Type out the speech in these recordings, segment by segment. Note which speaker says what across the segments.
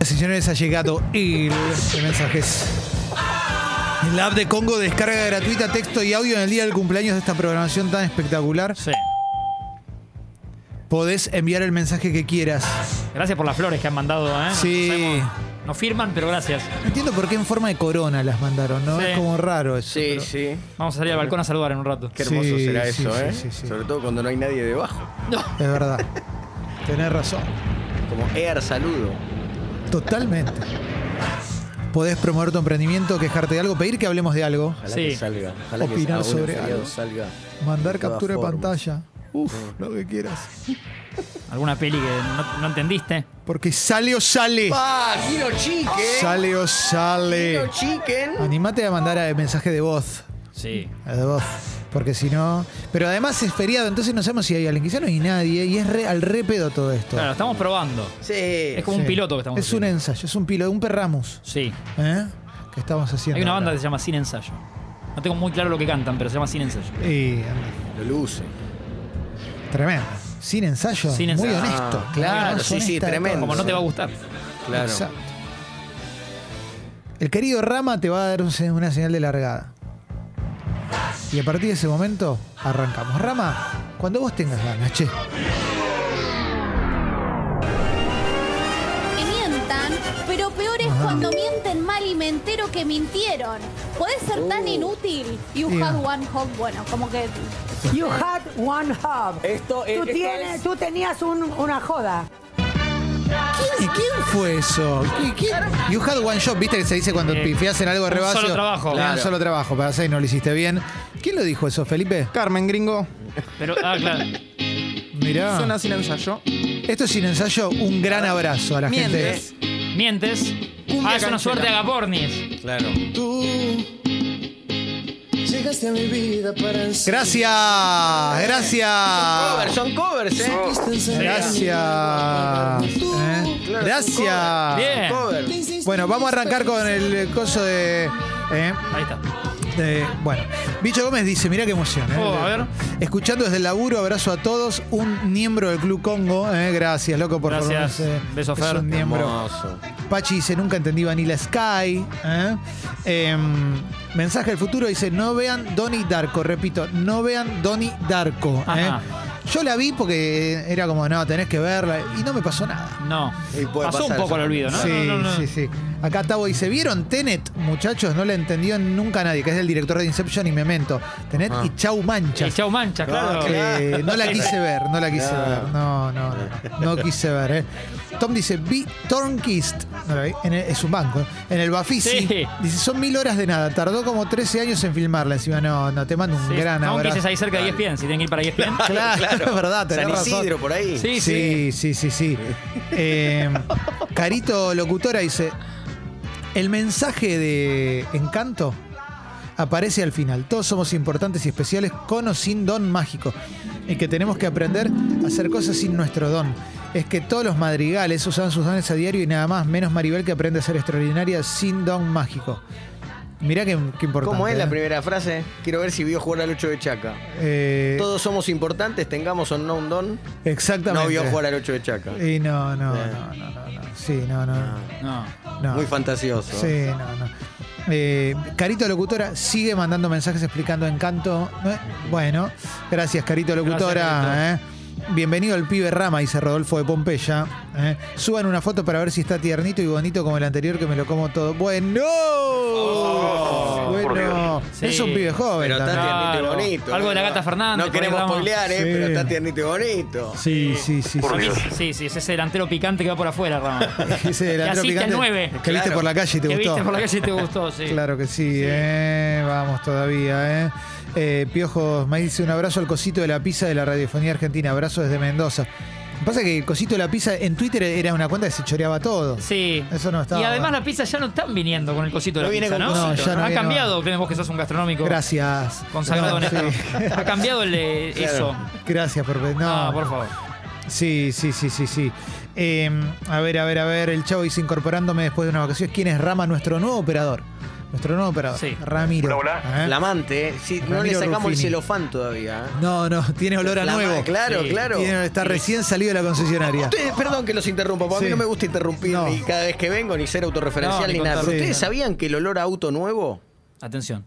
Speaker 1: Señoras y señores, ha llegado el de mensajes. En la app de Congo, descarga gratuita, texto y audio en el día del cumpleaños de esta programación tan espectacular.
Speaker 2: Sí.
Speaker 1: Podés enviar el mensaje que quieras.
Speaker 2: Gracias por las flores que han mandado, ¿eh?
Speaker 3: Ah,
Speaker 2: No
Speaker 1: Sí.
Speaker 2: sabemos- No, firman, pero gracias.
Speaker 1: No entiendo por qué en forma de corona las mandaron, ¿no?
Speaker 2: Sí.
Speaker 1: Es como raro eso.
Speaker 3: Sí,
Speaker 1: pero-
Speaker 3: sí.
Speaker 2: Vamos a salir al balcón a saludar en un rato.
Speaker 3: Qué hermoso
Speaker 1: Sí,
Speaker 3: será
Speaker 1: sí,
Speaker 3: eso,
Speaker 1: sí,
Speaker 3: ¿eh?
Speaker 1: sí, sí.
Speaker 3: Sobre todo cuando no hay nadie debajo.
Speaker 1: Es verdad. Tenés razón.
Speaker 3: Como Ear saludo.
Speaker 1: Totalmente. Podés promover tu emprendimiento, quejarte de algo, pedir que hablemos de algo,
Speaker 3: Ojalá
Speaker 2: Sí.
Speaker 3: que salga. Ojalá que
Speaker 1: Opinar
Speaker 3: a uno
Speaker 1: sobre
Speaker 3: feriado
Speaker 1: algo.
Speaker 3: salga.
Speaker 1: mandar
Speaker 3: De todas
Speaker 1: captura de
Speaker 3: formas.
Speaker 1: pantalla. Uf, lo que quieras.
Speaker 2: ¿Alguna peli que no, no entendiste?
Speaker 1: Porque sale o sale.
Speaker 3: ¡Pa! ¡Giro Ah, Chicken!
Speaker 1: Sale o sale.
Speaker 3: ¡Giro Chicken!
Speaker 1: Animate a mandar a mensaje de voz.
Speaker 2: Sí.
Speaker 1: A de voz. Porque si no. Pero además es feriado, entonces no sabemos si hay alguien. Quizá no hay nadie. Y es re- al re pedo todo esto.
Speaker 2: Claro, estamos probando.
Speaker 3: Sí.
Speaker 2: Es Ah, como un
Speaker 1: Sí.
Speaker 2: piloto que estamos
Speaker 1: Es un
Speaker 2: haciendo.
Speaker 1: ensayo, es un piloto, un perramus.
Speaker 2: Sí.
Speaker 1: ¿eh? Que estamos haciendo.
Speaker 2: Hay una banda
Speaker 1: ahora.
Speaker 2: que se llama Sin Ensayo. No tengo muy claro lo que cantan, pero se llama Sin Ensayo.
Speaker 1: Y,
Speaker 3: Lo luce.
Speaker 1: tremendo. Sin ensayo.
Speaker 2: Sin ensayo.
Speaker 1: Muy honesto.
Speaker 3: Ah,
Speaker 1: Claro.
Speaker 3: claro,
Speaker 1: es
Speaker 3: sí, sí,
Speaker 1: honesta de
Speaker 3: tremendo.
Speaker 1: todo.
Speaker 2: Como no te va a gustar.
Speaker 3: Claro.
Speaker 1: Exacto. El querido Rama te va a dar un se- una señal de largada. Y a partir de ese momento arrancamos. Rama, cuando vos tengas ganas, che.
Speaker 4: que mientan, pero peor es cuando mienten mal y me entero que mintieron. Podés ser tan inútil. You
Speaker 1: Yeah.
Speaker 4: have one hope. Bueno, como que.
Speaker 5: You had one hub.
Speaker 3: Esto es.
Speaker 5: Tú, tienes, tú tenías un- una joda.
Speaker 1: ¿Y quién fue eso? ¿Qui- quién? You had one job, viste que se dice cuando
Speaker 2: Eh,
Speaker 1: pifias en algo de
Speaker 2: un
Speaker 1: rebacio.
Speaker 2: solo trabajo.
Speaker 1: Era Un
Speaker 3: Claro.
Speaker 1: solo trabajo, para hacer y no lo hiciste bien. ¿Quién lo dijo eso, Felipe?
Speaker 6: Carmen Gringo,
Speaker 2: Pero, ah, claro.
Speaker 1: Mirá.
Speaker 6: suena sin ensayo.
Speaker 1: Esto es sin ensayo, un gran abrazo a la
Speaker 6: Mientes.
Speaker 1: gente.
Speaker 2: Mientes.
Speaker 6: Cumbia
Speaker 2: Ah, es una
Speaker 6: canchera.
Speaker 2: suerte agapornis.
Speaker 3: Claro.
Speaker 7: Tú llegaste a mi vida para
Speaker 1: Gracias,
Speaker 3: Cover,
Speaker 1: gracias.
Speaker 3: son covers, ¿eh?
Speaker 1: Gracias. ¿Eh?
Speaker 3: Claro,
Speaker 1: Gracias.
Speaker 2: Bien.
Speaker 3: Cover.
Speaker 1: Bueno, vamos a arrancar con el coso de. eh,
Speaker 2: Ahí está.
Speaker 1: de- bueno, Bicho Gómez dice: Mirá qué emoción. eh.
Speaker 2: Oh, a ver.
Speaker 1: Escuchando desde el laburo, abrazo a todos. Un miembro del Club Congo. eh, gracias, loco, por
Speaker 2: Gracias.
Speaker 1: formarse.
Speaker 2: Beso,
Speaker 1: Es
Speaker 2: Fer.
Speaker 1: un miembro.
Speaker 3: Hermoso.
Speaker 1: Pachi dice: Nunca entendí Vanilla Sky. eh. Em, mensaje del futuro dice: No vean Donnie Darko. Repito, no vean Donnie Darko. eh.
Speaker 2: Ajá.
Speaker 1: Yo la vi porque era como: No, tenés que verla. Y no me pasó nada.
Speaker 2: No.
Speaker 3: Y puede
Speaker 2: Pasó un
Speaker 3: pasar
Speaker 2: poco
Speaker 3: eso.
Speaker 2: el olvido, ¿no?
Speaker 1: Sí,
Speaker 2: No, no, no.
Speaker 1: sí, sí. Acá Tavo dice, ¿vieron Tenet? Muchachos, no la entendió nunca nadie, que es el director de Inception y Memento. Tenet y Chau Mancha.
Speaker 2: Ah. Y chau mancha, claro.
Speaker 1: Ah, Que Eh, no la quise ver, no la quise
Speaker 3: Claro.
Speaker 1: ver. No, no, no, no, no quise ver. eh. Tom dice, vi Tornquist. No la vi. En el- es un banco. eh. En el Bafisi.
Speaker 2: Sí.
Speaker 1: Dice, son mil horas de nada. Tardó como 13 años en filmarla. Encima, no, no, te mando un
Speaker 2: Sí,
Speaker 1: gran
Speaker 2: aunque
Speaker 1: abrazo.
Speaker 2: estés ahí cerca de E 10 si tienen que ir para 10
Speaker 1: Claro, es verdad, Ah, tenés
Speaker 3: San
Speaker 1: razón.
Speaker 3: Isidro por ahí.
Speaker 2: Sí, sí.
Speaker 1: Sí, sí, sí, sí. Eh, Carito Locutora dice, el mensaje de Encanto aparece al final. Todos somos importantes y especiales con o sin don mágico. Y que tenemos que aprender a hacer cosas sin nuestro don. Es que todos los madrigales usan sus dones a diario y nada más, menos Maribel que aprende a ser extraordinaria sin don mágico. Mirá qué, qué importante.
Speaker 3: ¿Cómo es la
Speaker 1: ¿eh?
Speaker 3: primera frase? Quiero ver si vio jugar al 8 de Chaca.
Speaker 1: Eh,
Speaker 3: Todos somos importantes, tengamos o no un don.
Speaker 1: exactamente.
Speaker 3: No vio jugar al 8 de Chaca.
Speaker 1: Y no, no, no, no, no, no. Sí, no, no.
Speaker 2: No.
Speaker 1: no.
Speaker 3: Muy fantasioso.
Speaker 1: Sí, no, no. Eh, Carito Locutora sigue mandando mensajes explicando Encanto. Eh, Bueno, gracias Carito Locutora. eh. Bienvenido al pibe Rama, dice Rodolfo de Pompeya. eh. Suban una foto para ver si está tiernito y bonito como el anterior que me lo como todo. Bueno, bueno,
Speaker 2: Sí.
Speaker 1: es un pibe joven.
Speaker 3: Pero está
Speaker 1: también.
Speaker 3: tiernito
Speaker 2: Claro.
Speaker 3: y bonito.
Speaker 2: Algo de la
Speaker 3: ¿no?
Speaker 2: gata Fernández,
Speaker 3: No
Speaker 2: por ahí
Speaker 3: queremos
Speaker 2: vamos.
Speaker 3: spoilear, ¿eh?
Speaker 1: Sí.
Speaker 3: Pero está tiernito y bonito.
Speaker 1: Sí, sí, sí. sí.
Speaker 2: Sí, sí, es ese delantero picante que va por afuera, Ramón.
Speaker 1: Ese
Speaker 2: Que
Speaker 1: delantero
Speaker 2: asiste al
Speaker 1: picante
Speaker 2: nueve.
Speaker 1: Que viste
Speaker 3: Claro.
Speaker 1: por la calle y te
Speaker 2: que
Speaker 1: gustó.
Speaker 2: viste por la calle y te gustó, sí.
Speaker 1: Claro que sí, eh, vamos todavía. Eh. Eh, Piojos Maíz dice un abrazo al cosito de la pizza de la radiofonía argentina, abrazo desde Mendoza. Lo que Pasa es que el cosito de la pizza en Twitter era una cuenta que se choreaba todo.
Speaker 2: Sí.
Speaker 1: Eso no estaba
Speaker 2: Y además
Speaker 1: mal.
Speaker 2: la pizza ya no están viniendo con el cosito de
Speaker 3: No
Speaker 2: la
Speaker 3: viene
Speaker 2: pizza,
Speaker 3: con
Speaker 2: ¿no?
Speaker 1: cosito, No, ya no
Speaker 2: ha
Speaker 1: viene,
Speaker 2: cambiado, creen vos que sos un gastronómico.
Speaker 1: Gracias.
Speaker 2: Consagrado
Speaker 1: No,
Speaker 2: en esto.
Speaker 1: sí.
Speaker 2: Ha cambiado el de
Speaker 3: Claro.
Speaker 2: eso.
Speaker 1: Gracias por... No,
Speaker 2: No, por favor.
Speaker 1: Sí, sí, sí, sí, sí. Em, Eh, a ver, a ver, a ver, el chavo dice incorporándome después de unas vacaciones, ¿quién es Rama, nuestro nuevo operador? nuestro nuevo operador.
Speaker 2: Sí.
Speaker 1: Ramiro.
Speaker 6: Hola,
Speaker 1: ¿eh?
Speaker 3: La amante, sí, no le
Speaker 1: Ramiro
Speaker 3: sacamos el
Speaker 1: Ruffini.
Speaker 3: celofán todavía. ¿eh?
Speaker 1: No, no, tiene olor a
Speaker 3: La-
Speaker 1: nuevo.
Speaker 3: Claro,
Speaker 2: Sí.
Speaker 3: claro.
Speaker 1: Tiene- está recién salido de la concesionaria.
Speaker 3: Ustedes, perdón que los interrumpa,
Speaker 1: Sí.
Speaker 3: porque a mí no me gusta interrumpir
Speaker 1: No.
Speaker 3: ni cada vez que vengo, ni ser autorreferencial,
Speaker 2: No,
Speaker 3: ni
Speaker 2: ni
Speaker 3: nada.
Speaker 2: contar.
Speaker 3: Pero ¿Ustedes
Speaker 1: Sí.
Speaker 3: sabían que el olor a auto nuevo
Speaker 2: Atención.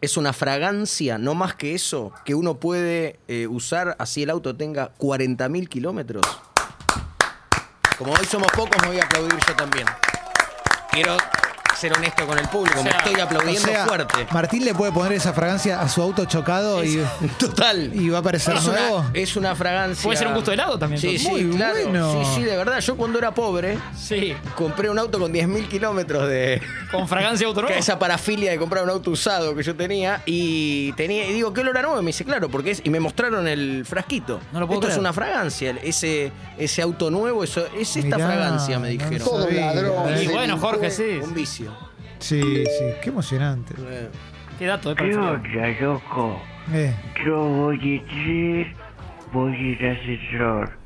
Speaker 3: es una fragancia, no más que eso, que uno puede eh, usar así el auto tenga 40.000 kilómetros? Como hoy somos pocos, me voy a aplaudir yo también. Quiero ser honesto con el público,
Speaker 2: O
Speaker 3: me
Speaker 2: sea,
Speaker 3: estoy
Speaker 1: O
Speaker 3: aplaudiendo
Speaker 1: sea,
Speaker 3: fuerte.
Speaker 1: Martín le puede poner esa fragancia a su auto chocado y,
Speaker 3: Total.
Speaker 1: y va a parecer
Speaker 3: es
Speaker 1: nuevo.
Speaker 3: una, es una fragancia.
Speaker 2: Puede ser un gusto de helado también,
Speaker 3: Sí,
Speaker 2: entonces.
Speaker 3: sí,
Speaker 1: Muy
Speaker 3: claro.
Speaker 1: bueno.
Speaker 3: Sí, sí, de verdad. Yo cuando era pobre,
Speaker 2: Sí.
Speaker 3: compré un auto con 10.000 kilómetros de...
Speaker 2: Con fragancia
Speaker 3: que
Speaker 2: autonómica.
Speaker 3: Esa parafilia de comprar un auto usado que yo tenía y tenía y digo, ¿qué olor a nuevo? Y Me dice, claro, porque es... Y me mostraron el frasquito.
Speaker 2: No lo puedo
Speaker 3: Esto es
Speaker 2: creer.
Speaker 3: una fragancia. Ese, ese auto nuevo, eso, es esta
Speaker 1: Mirá,
Speaker 3: fragancia,
Speaker 1: no
Speaker 3: me dijeron.
Speaker 1: sabía.
Speaker 7: Todo ladrón.
Speaker 2: Y bueno, Jorge, sí.
Speaker 3: Un vicio.
Speaker 1: Sí, sí, qué emocionante.
Speaker 2: Qué dato, eh, para el frío.
Speaker 8: loco.
Speaker 1: Eh,
Speaker 8: Yo voy a ser, voy a ser asesor.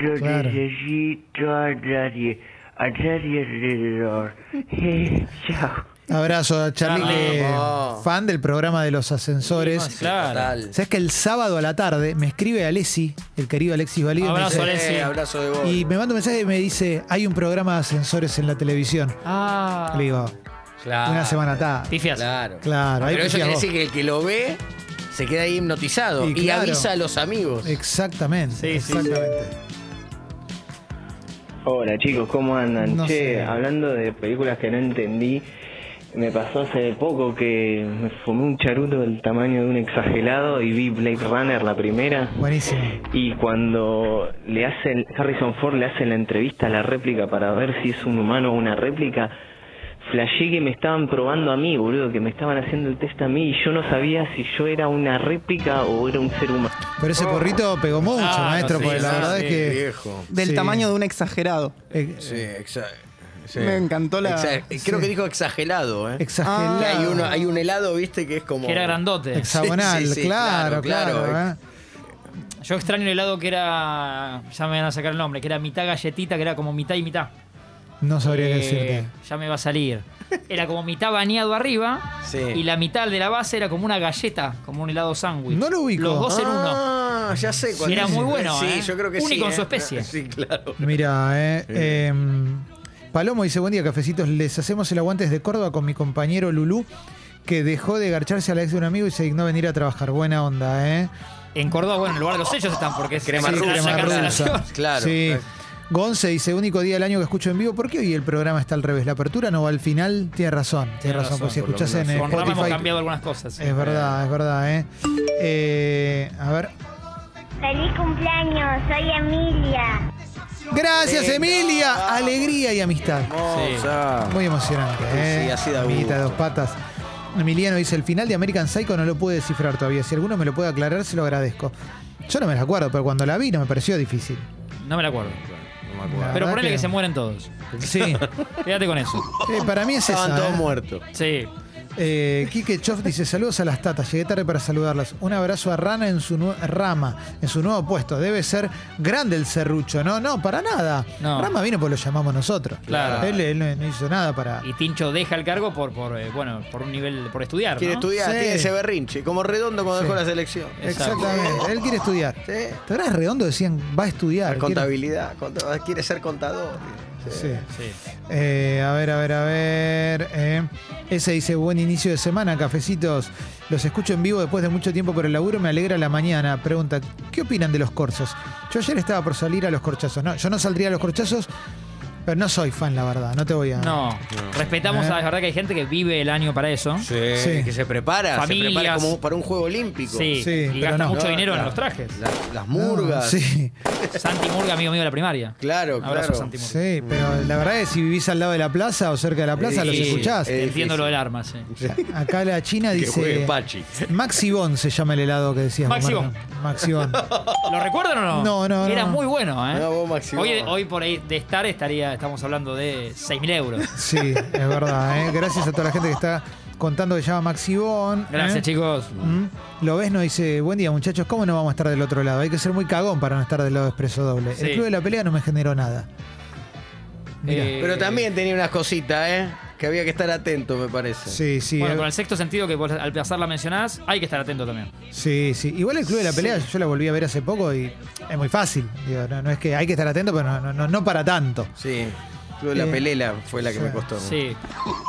Speaker 8: No
Speaker 1: Claro.
Speaker 8: necesito a nadie, a nadie alrededor. Eh, chao.
Speaker 1: abrazo a Charlie, que-
Speaker 3: Vamos.
Speaker 1: fan del programa de los ascensores.
Speaker 2: Sí, Claro.
Speaker 3: Total.
Speaker 1: Sabes que el sábado a la tarde me escribe Alessi, el querido Alexis Valido, me
Speaker 2: Abrazo,
Speaker 1: dice-
Speaker 2: Alessi.
Speaker 3: Eh, abrazo de vos.
Speaker 1: y me manda un mensaje y me dice, hay un programa de ascensores en la televisión.
Speaker 2: Ah.
Speaker 1: Le digo,
Speaker 3: Claro.
Speaker 1: una semana tarde.
Speaker 2: Tifias.
Speaker 3: Claro.
Speaker 1: Claro, ahí
Speaker 3: Pero eso
Speaker 1: decías
Speaker 3: quiere
Speaker 1: vos.
Speaker 3: decir que el que lo ve se queda ahí hipnotizado
Speaker 1: Y
Speaker 3: y,
Speaker 1: claro.
Speaker 3: avisa a los amigos.
Speaker 1: Exactamente.
Speaker 2: Sí, sí, sí.
Speaker 1: exactamente.
Speaker 9: Hola chicos, ¿cómo andan?
Speaker 1: No
Speaker 9: che,
Speaker 1: sé.
Speaker 9: hablando de películas que no entendí, me pasó hace poco que me fumé un charuto del tamaño de un exagerado y vi Blade Runner la primera.
Speaker 1: Buenísimo.
Speaker 9: Y cuando le hacen, Harrison Ford le hace la entrevista a la réplica para ver si es un humano o una réplica, flashé que me estaban probando a mí, boludo, que me estaban haciendo el test a mí y yo no sabía si yo era una réplica o era un ser humano.
Speaker 1: Pero ese porrito pegó mucho,
Speaker 2: Oh. Ah,
Speaker 1: maestro,
Speaker 2: sí,
Speaker 1: porque pues, la
Speaker 2: sí,
Speaker 1: verdad
Speaker 2: sí,
Speaker 1: es que.
Speaker 3: viejo.
Speaker 10: Del
Speaker 1: Sí.
Speaker 10: tamaño de un exagerado.
Speaker 1: Eh,
Speaker 3: Sí, exacto.
Speaker 10: Me encantó la-
Speaker 3: Creo que dijo exagerado, ¿eh?
Speaker 1: Exagerado.
Speaker 3: Que Hay, uno, hay un helado, viste, que es como.
Speaker 2: Que era grandote.
Speaker 1: Hexagonal,
Speaker 3: Sí, sí, sí,
Speaker 1: claro,
Speaker 3: claro,
Speaker 1: claro.
Speaker 3: claro.
Speaker 1: ¿eh?
Speaker 2: Yo extraño el helado que era. Ya me van a sacar el nombre, que era mitad galletita, que era como mitad y mitad.
Speaker 1: No sabría qué
Speaker 2: Eh,
Speaker 1: decirte.
Speaker 2: Ya me va a salir. Era como mitad bañado arriba
Speaker 3: Sí.
Speaker 2: y la mitad de la base era como una galleta, como un helado sándwich.
Speaker 1: No lo ubico.
Speaker 2: Los dos en uno.
Speaker 3: Ah, ya sé cuál
Speaker 2: Era
Speaker 3: es.
Speaker 2: muy bueno,
Speaker 3: Sí,
Speaker 2: ¿eh?
Speaker 3: yo creo que sí.
Speaker 2: Único en
Speaker 3: ¿eh?
Speaker 2: su especie.
Speaker 3: Sí, claro.
Speaker 1: Mira, eh, em, Palomo dice, buen día, cafecitos. Les hacemos el aguante desde Córdoba con mi compañero Lulú, que dejó de garcharse a la ex de un amigo y se dignó a venir a trabajar. Buena onda, ¿eh?
Speaker 2: En Córdoba, bueno, en lugar de los sellos están porque es
Speaker 3: Crema
Speaker 2: es
Speaker 3: rusa,
Speaker 2: una
Speaker 3: crema
Speaker 2: cancelación.
Speaker 3: rusa. Claro.
Speaker 1: Sí. Gonce dice, único día del año que escucho en vivo, ¿por qué hoy el programa está al revés? La apertura no va al final, tiene razón, tiene
Speaker 2: Tiene
Speaker 1: razón,
Speaker 2: razón,
Speaker 1: porque si
Speaker 3: por lo
Speaker 1: escuchás en
Speaker 3: menos.
Speaker 1: eh,
Speaker 2: Con Rama hemos
Speaker 1: Spotify...
Speaker 2: cambiado algunas cosas.
Speaker 1: Es verdad, es verdad, ¿eh? Eh, A ver.
Speaker 11: Feliz cumpleaños, soy Emilia.
Speaker 1: Gracias,
Speaker 3: Venga,
Speaker 1: Emilia.
Speaker 3: vamos.
Speaker 1: Alegría y amistad.
Speaker 3: Hermosa.
Speaker 1: Muy emocionante, ¿eh?
Speaker 3: Sí, así da
Speaker 1: Amiguita de dos
Speaker 3: gusto.
Speaker 1: patas. Emiliano dice, el final de American Psycho no lo pude descifrar todavía. Si alguno me lo puede aclarar, se lo agradezco. Yo no me la acuerdo, pero cuando la vi no me pareció difícil.
Speaker 2: Eh, No me la acuerdo.
Speaker 3: No me acuerdo.
Speaker 2: Pero
Speaker 1: verdad
Speaker 2: ponele
Speaker 1: que-
Speaker 2: que se mueren todos.
Speaker 1: Sí.
Speaker 2: Quédate con eso.
Speaker 1: Eh, para mí es
Speaker 3: Estaban
Speaker 1: esa.
Speaker 3: todos
Speaker 1: ¿eh?
Speaker 3: muertos.
Speaker 2: Sí.
Speaker 1: Eh, Quique Choff dice, saludos a las tatas. Llegué tarde para saludarlas. Un abrazo a Rana en su nue- rama, en su nuevo puesto. Debe ser grande el serrucho. No, no, para nada.
Speaker 2: No.
Speaker 1: Rama vino porque lo llamamos nosotros.
Speaker 2: Claro.
Speaker 1: Él, él no- no hizo nada para...
Speaker 2: Y Tincho deja el cargo por, por eh, bueno, por un nivel, por estudiar.
Speaker 3: Quiere
Speaker 2: ¿no?
Speaker 3: estudiar,
Speaker 1: Sí.
Speaker 3: tiene ese berrinche. Como redondo cuando
Speaker 1: Sí.
Speaker 3: dejó la selección.
Speaker 2: Exacto.
Speaker 1: Exactamente. Él quiere estudiar.
Speaker 3: Sí.
Speaker 1: ¿Te acuerdas de Redondo? Decían, va a estudiar. Quiere-
Speaker 3: Contabilidad. conta- Quiere ser contador.
Speaker 1: Sí.
Speaker 2: Sí.
Speaker 1: Eh, a ver, a ver, a ver. eh. Ese dice, buen inicio de semana, cafecitos. Los escucho en vivo después de mucho tiempo por el laburo, me alegra la mañana. Pregunta, ¿qué opinan de los corsos? Yo ayer estaba por salir a los corchazos. No, yo no saldría a los corchazos, pero no soy fan, la verdad. No te voy a...
Speaker 2: No, respetamos,
Speaker 1: Eh.
Speaker 2: a, es verdad que hay gente que vive el año para eso. Sí,
Speaker 3: Sí.
Speaker 1: Sí.
Speaker 3: Que se prepara.
Speaker 2: Familias.
Speaker 3: Se prepara como para un juego olímpico.
Speaker 1: Sí,
Speaker 2: y
Speaker 1: pero
Speaker 2: gasta
Speaker 1: no.
Speaker 2: mucho
Speaker 3: No,
Speaker 2: dinero en
Speaker 3: claro.
Speaker 2: los trajes.
Speaker 3: La- las
Speaker 1: No,
Speaker 3: murgas.
Speaker 1: sí,
Speaker 2: Santi Murga, amigo mío de la primaria.
Speaker 3: Claro,
Speaker 2: Abrazo
Speaker 3: claro.
Speaker 2: a Santi Murga.
Speaker 1: sí, pero la verdad es que si vivís al lado de la plaza o cerca de la plaza, los
Speaker 3: Sí.
Speaker 1: escuchás.
Speaker 3: Eh,
Speaker 2: Entiendo
Speaker 3: difícil.
Speaker 2: lo del arma, sí.
Speaker 1: Acá la China
Speaker 3: Que juegue
Speaker 1: dice...
Speaker 3: Pachi.
Speaker 1: Maxibón se llama el helado que decías.
Speaker 2: Maxibón.
Speaker 1: Maxibón.
Speaker 2: ¿Lo recuerdan o no?
Speaker 1: No, no, no,
Speaker 2: Era
Speaker 1: no.
Speaker 2: muy bueno, ¿eh?
Speaker 3: No, vos, Maxi,
Speaker 2: hoy,
Speaker 3: vos.
Speaker 2: hoy por ahí de estar estaría, estamos hablando de 6.000 euros.
Speaker 1: Sí, es verdad. ¿eh? Gracias a toda la gente que está contando que se llama Maxibón.
Speaker 2: Gracias,
Speaker 1: ¿eh?
Speaker 2: chicos.
Speaker 1: Mm. Lo ves, nos dice, buen día muchachos, ¿cómo no vamos a estar del otro lado? Hay que ser muy cagón para no estar del lado de expreso doble.
Speaker 2: Sí.
Speaker 1: El club de la pelea no me generó nada. Mirá.
Speaker 2: Eh,
Speaker 3: Pero también tenía unas cositas, ¿eh? Que había que estar atento, me parece.
Speaker 1: Sí, sí.
Speaker 2: bueno,
Speaker 1: eh,
Speaker 2: con el sexto sentido que vos al pasar la mencionás, hay que estar atento también.
Speaker 1: Sí, sí. Igual el Club de la Pelea, yo la volví a ver hace poco y es muy fácil. Digo, no, no es que hay que estar atento, pero no, no- no, no para tanto.
Speaker 3: Sí. Club de la
Speaker 1: Eh,
Speaker 3: Pelela fue la que
Speaker 1: sí.
Speaker 3: me costó.
Speaker 2: Sí,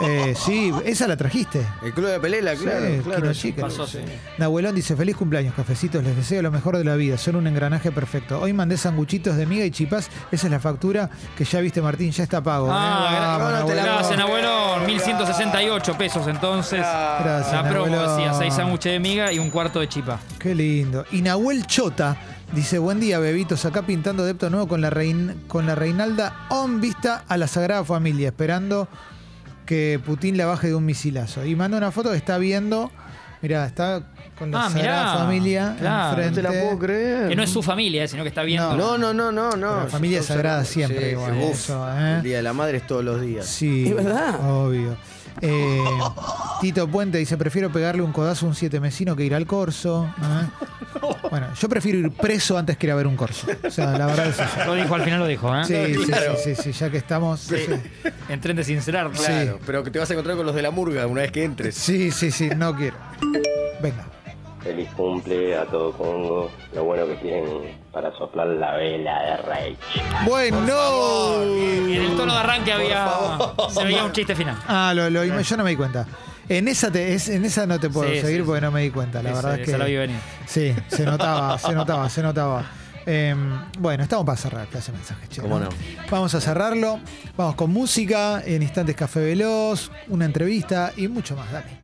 Speaker 1: Eh, sí, esa la trajiste.
Speaker 3: El Club de la Pelela, claro,
Speaker 1: Sí,
Speaker 3: claro.
Speaker 1: Kino
Speaker 3: sí,
Speaker 1: Chica.
Speaker 2: pasó, sí.
Speaker 1: Nahuelón dice, feliz cumpleaños, cafecitos, les deseo lo mejor de la vida, son un engranaje perfecto. Hoy mandé sanguchitos de miga y chipás, esa es la factura que ya viste Martín, ya está pago. Eh,
Speaker 2: Ah,
Speaker 1: vamos,
Speaker 2: gra-
Speaker 1: Nahuelón.
Speaker 2: gracias, abuelo. 1168 pesos entonces.
Speaker 1: Gracias,
Speaker 2: la promo
Speaker 1: Nahuelón.
Speaker 2: decía, seis sándwiches de miga y un cuarto de chipa.
Speaker 1: Qué lindo. Y Nahuel Chota dice, buen día, bebitos, acá pintando Depto Nuevo con la, rein- con la Reinalda on vista a la Sagrada Familia, esperando que Putin la baje de un misilazo. Y manda una foto que está viendo, mirá, está con la
Speaker 2: Ah,
Speaker 1: Sagrada
Speaker 2: mirá,
Speaker 1: Familia
Speaker 2: claro.
Speaker 1: enfrente.
Speaker 3: No te la puedo creer.
Speaker 2: Que no es su familia, eh, sino que está viendo.
Speaker 3: No, no, no, no, no.
Speaker 1: La familia es sagrada siempre,
Speaker 3: Sí,
Speaker 1: igual,
Speaker 3: uf,
Speaker 1: eso, ¿eh?
Speaker 3: El Día de la Madre es todos los días.
Speaker 1: Sí.
Speaker 5: ¿Es verdad?
Speaker 1: Obvio. Eh, Tito Puente dice: prefiero pegarle un codazo a un siete mesino que ir al corso. Ah. Bueno, yo prefiero ir preso antes que ir a ver un corso. O sea, la verdad es eso.
Speaker 2: Lo dijo, al final lo dijo, ¿eh?
Speaker 1: Sí, sí, sí, sí, sí, ya que estamos. Sí,
Speaker 2: En tren de sincerar, claro.
Speaker 3: Claro, pero que te vas a encontrar con los de la murga una vez que entres.
Speaker 1: sí, sí, sí, no quiero. Venga.
Speaker 6: Feliz cumple a todo Congo. Lo bueno que tienen para soplar la vela de Rey.
Speaker 1: Bueno.
Speaker 2: En el tono de arranque había. Se veía un chiste final.
Speaker 1: Ah, lo, lo- yo no me di cuenta. En esa, te- es- en esa no te puedo
Speaker 2: Eh. Sí,
Speaker 1: seguir
Speaker 2: sí,
Speaker 1: porque no me di cuenta, la
Speaker 2: Sí,
Speaker 1: verdad
Speaker 2: se-
Speaker 1: es que.
Speaker 2: se la vi venir.
Speaker 1: Sí, se notaba, se notaba, se notaba. Em, bueno, estamos para cerrar clase de mensajes, che,
Speaker 3: ¿Cómo no?
Speaker 1: Vamos a cerrarlo. Vamos con música, en instantes café veloz, una entrevista y mucho más. Dale.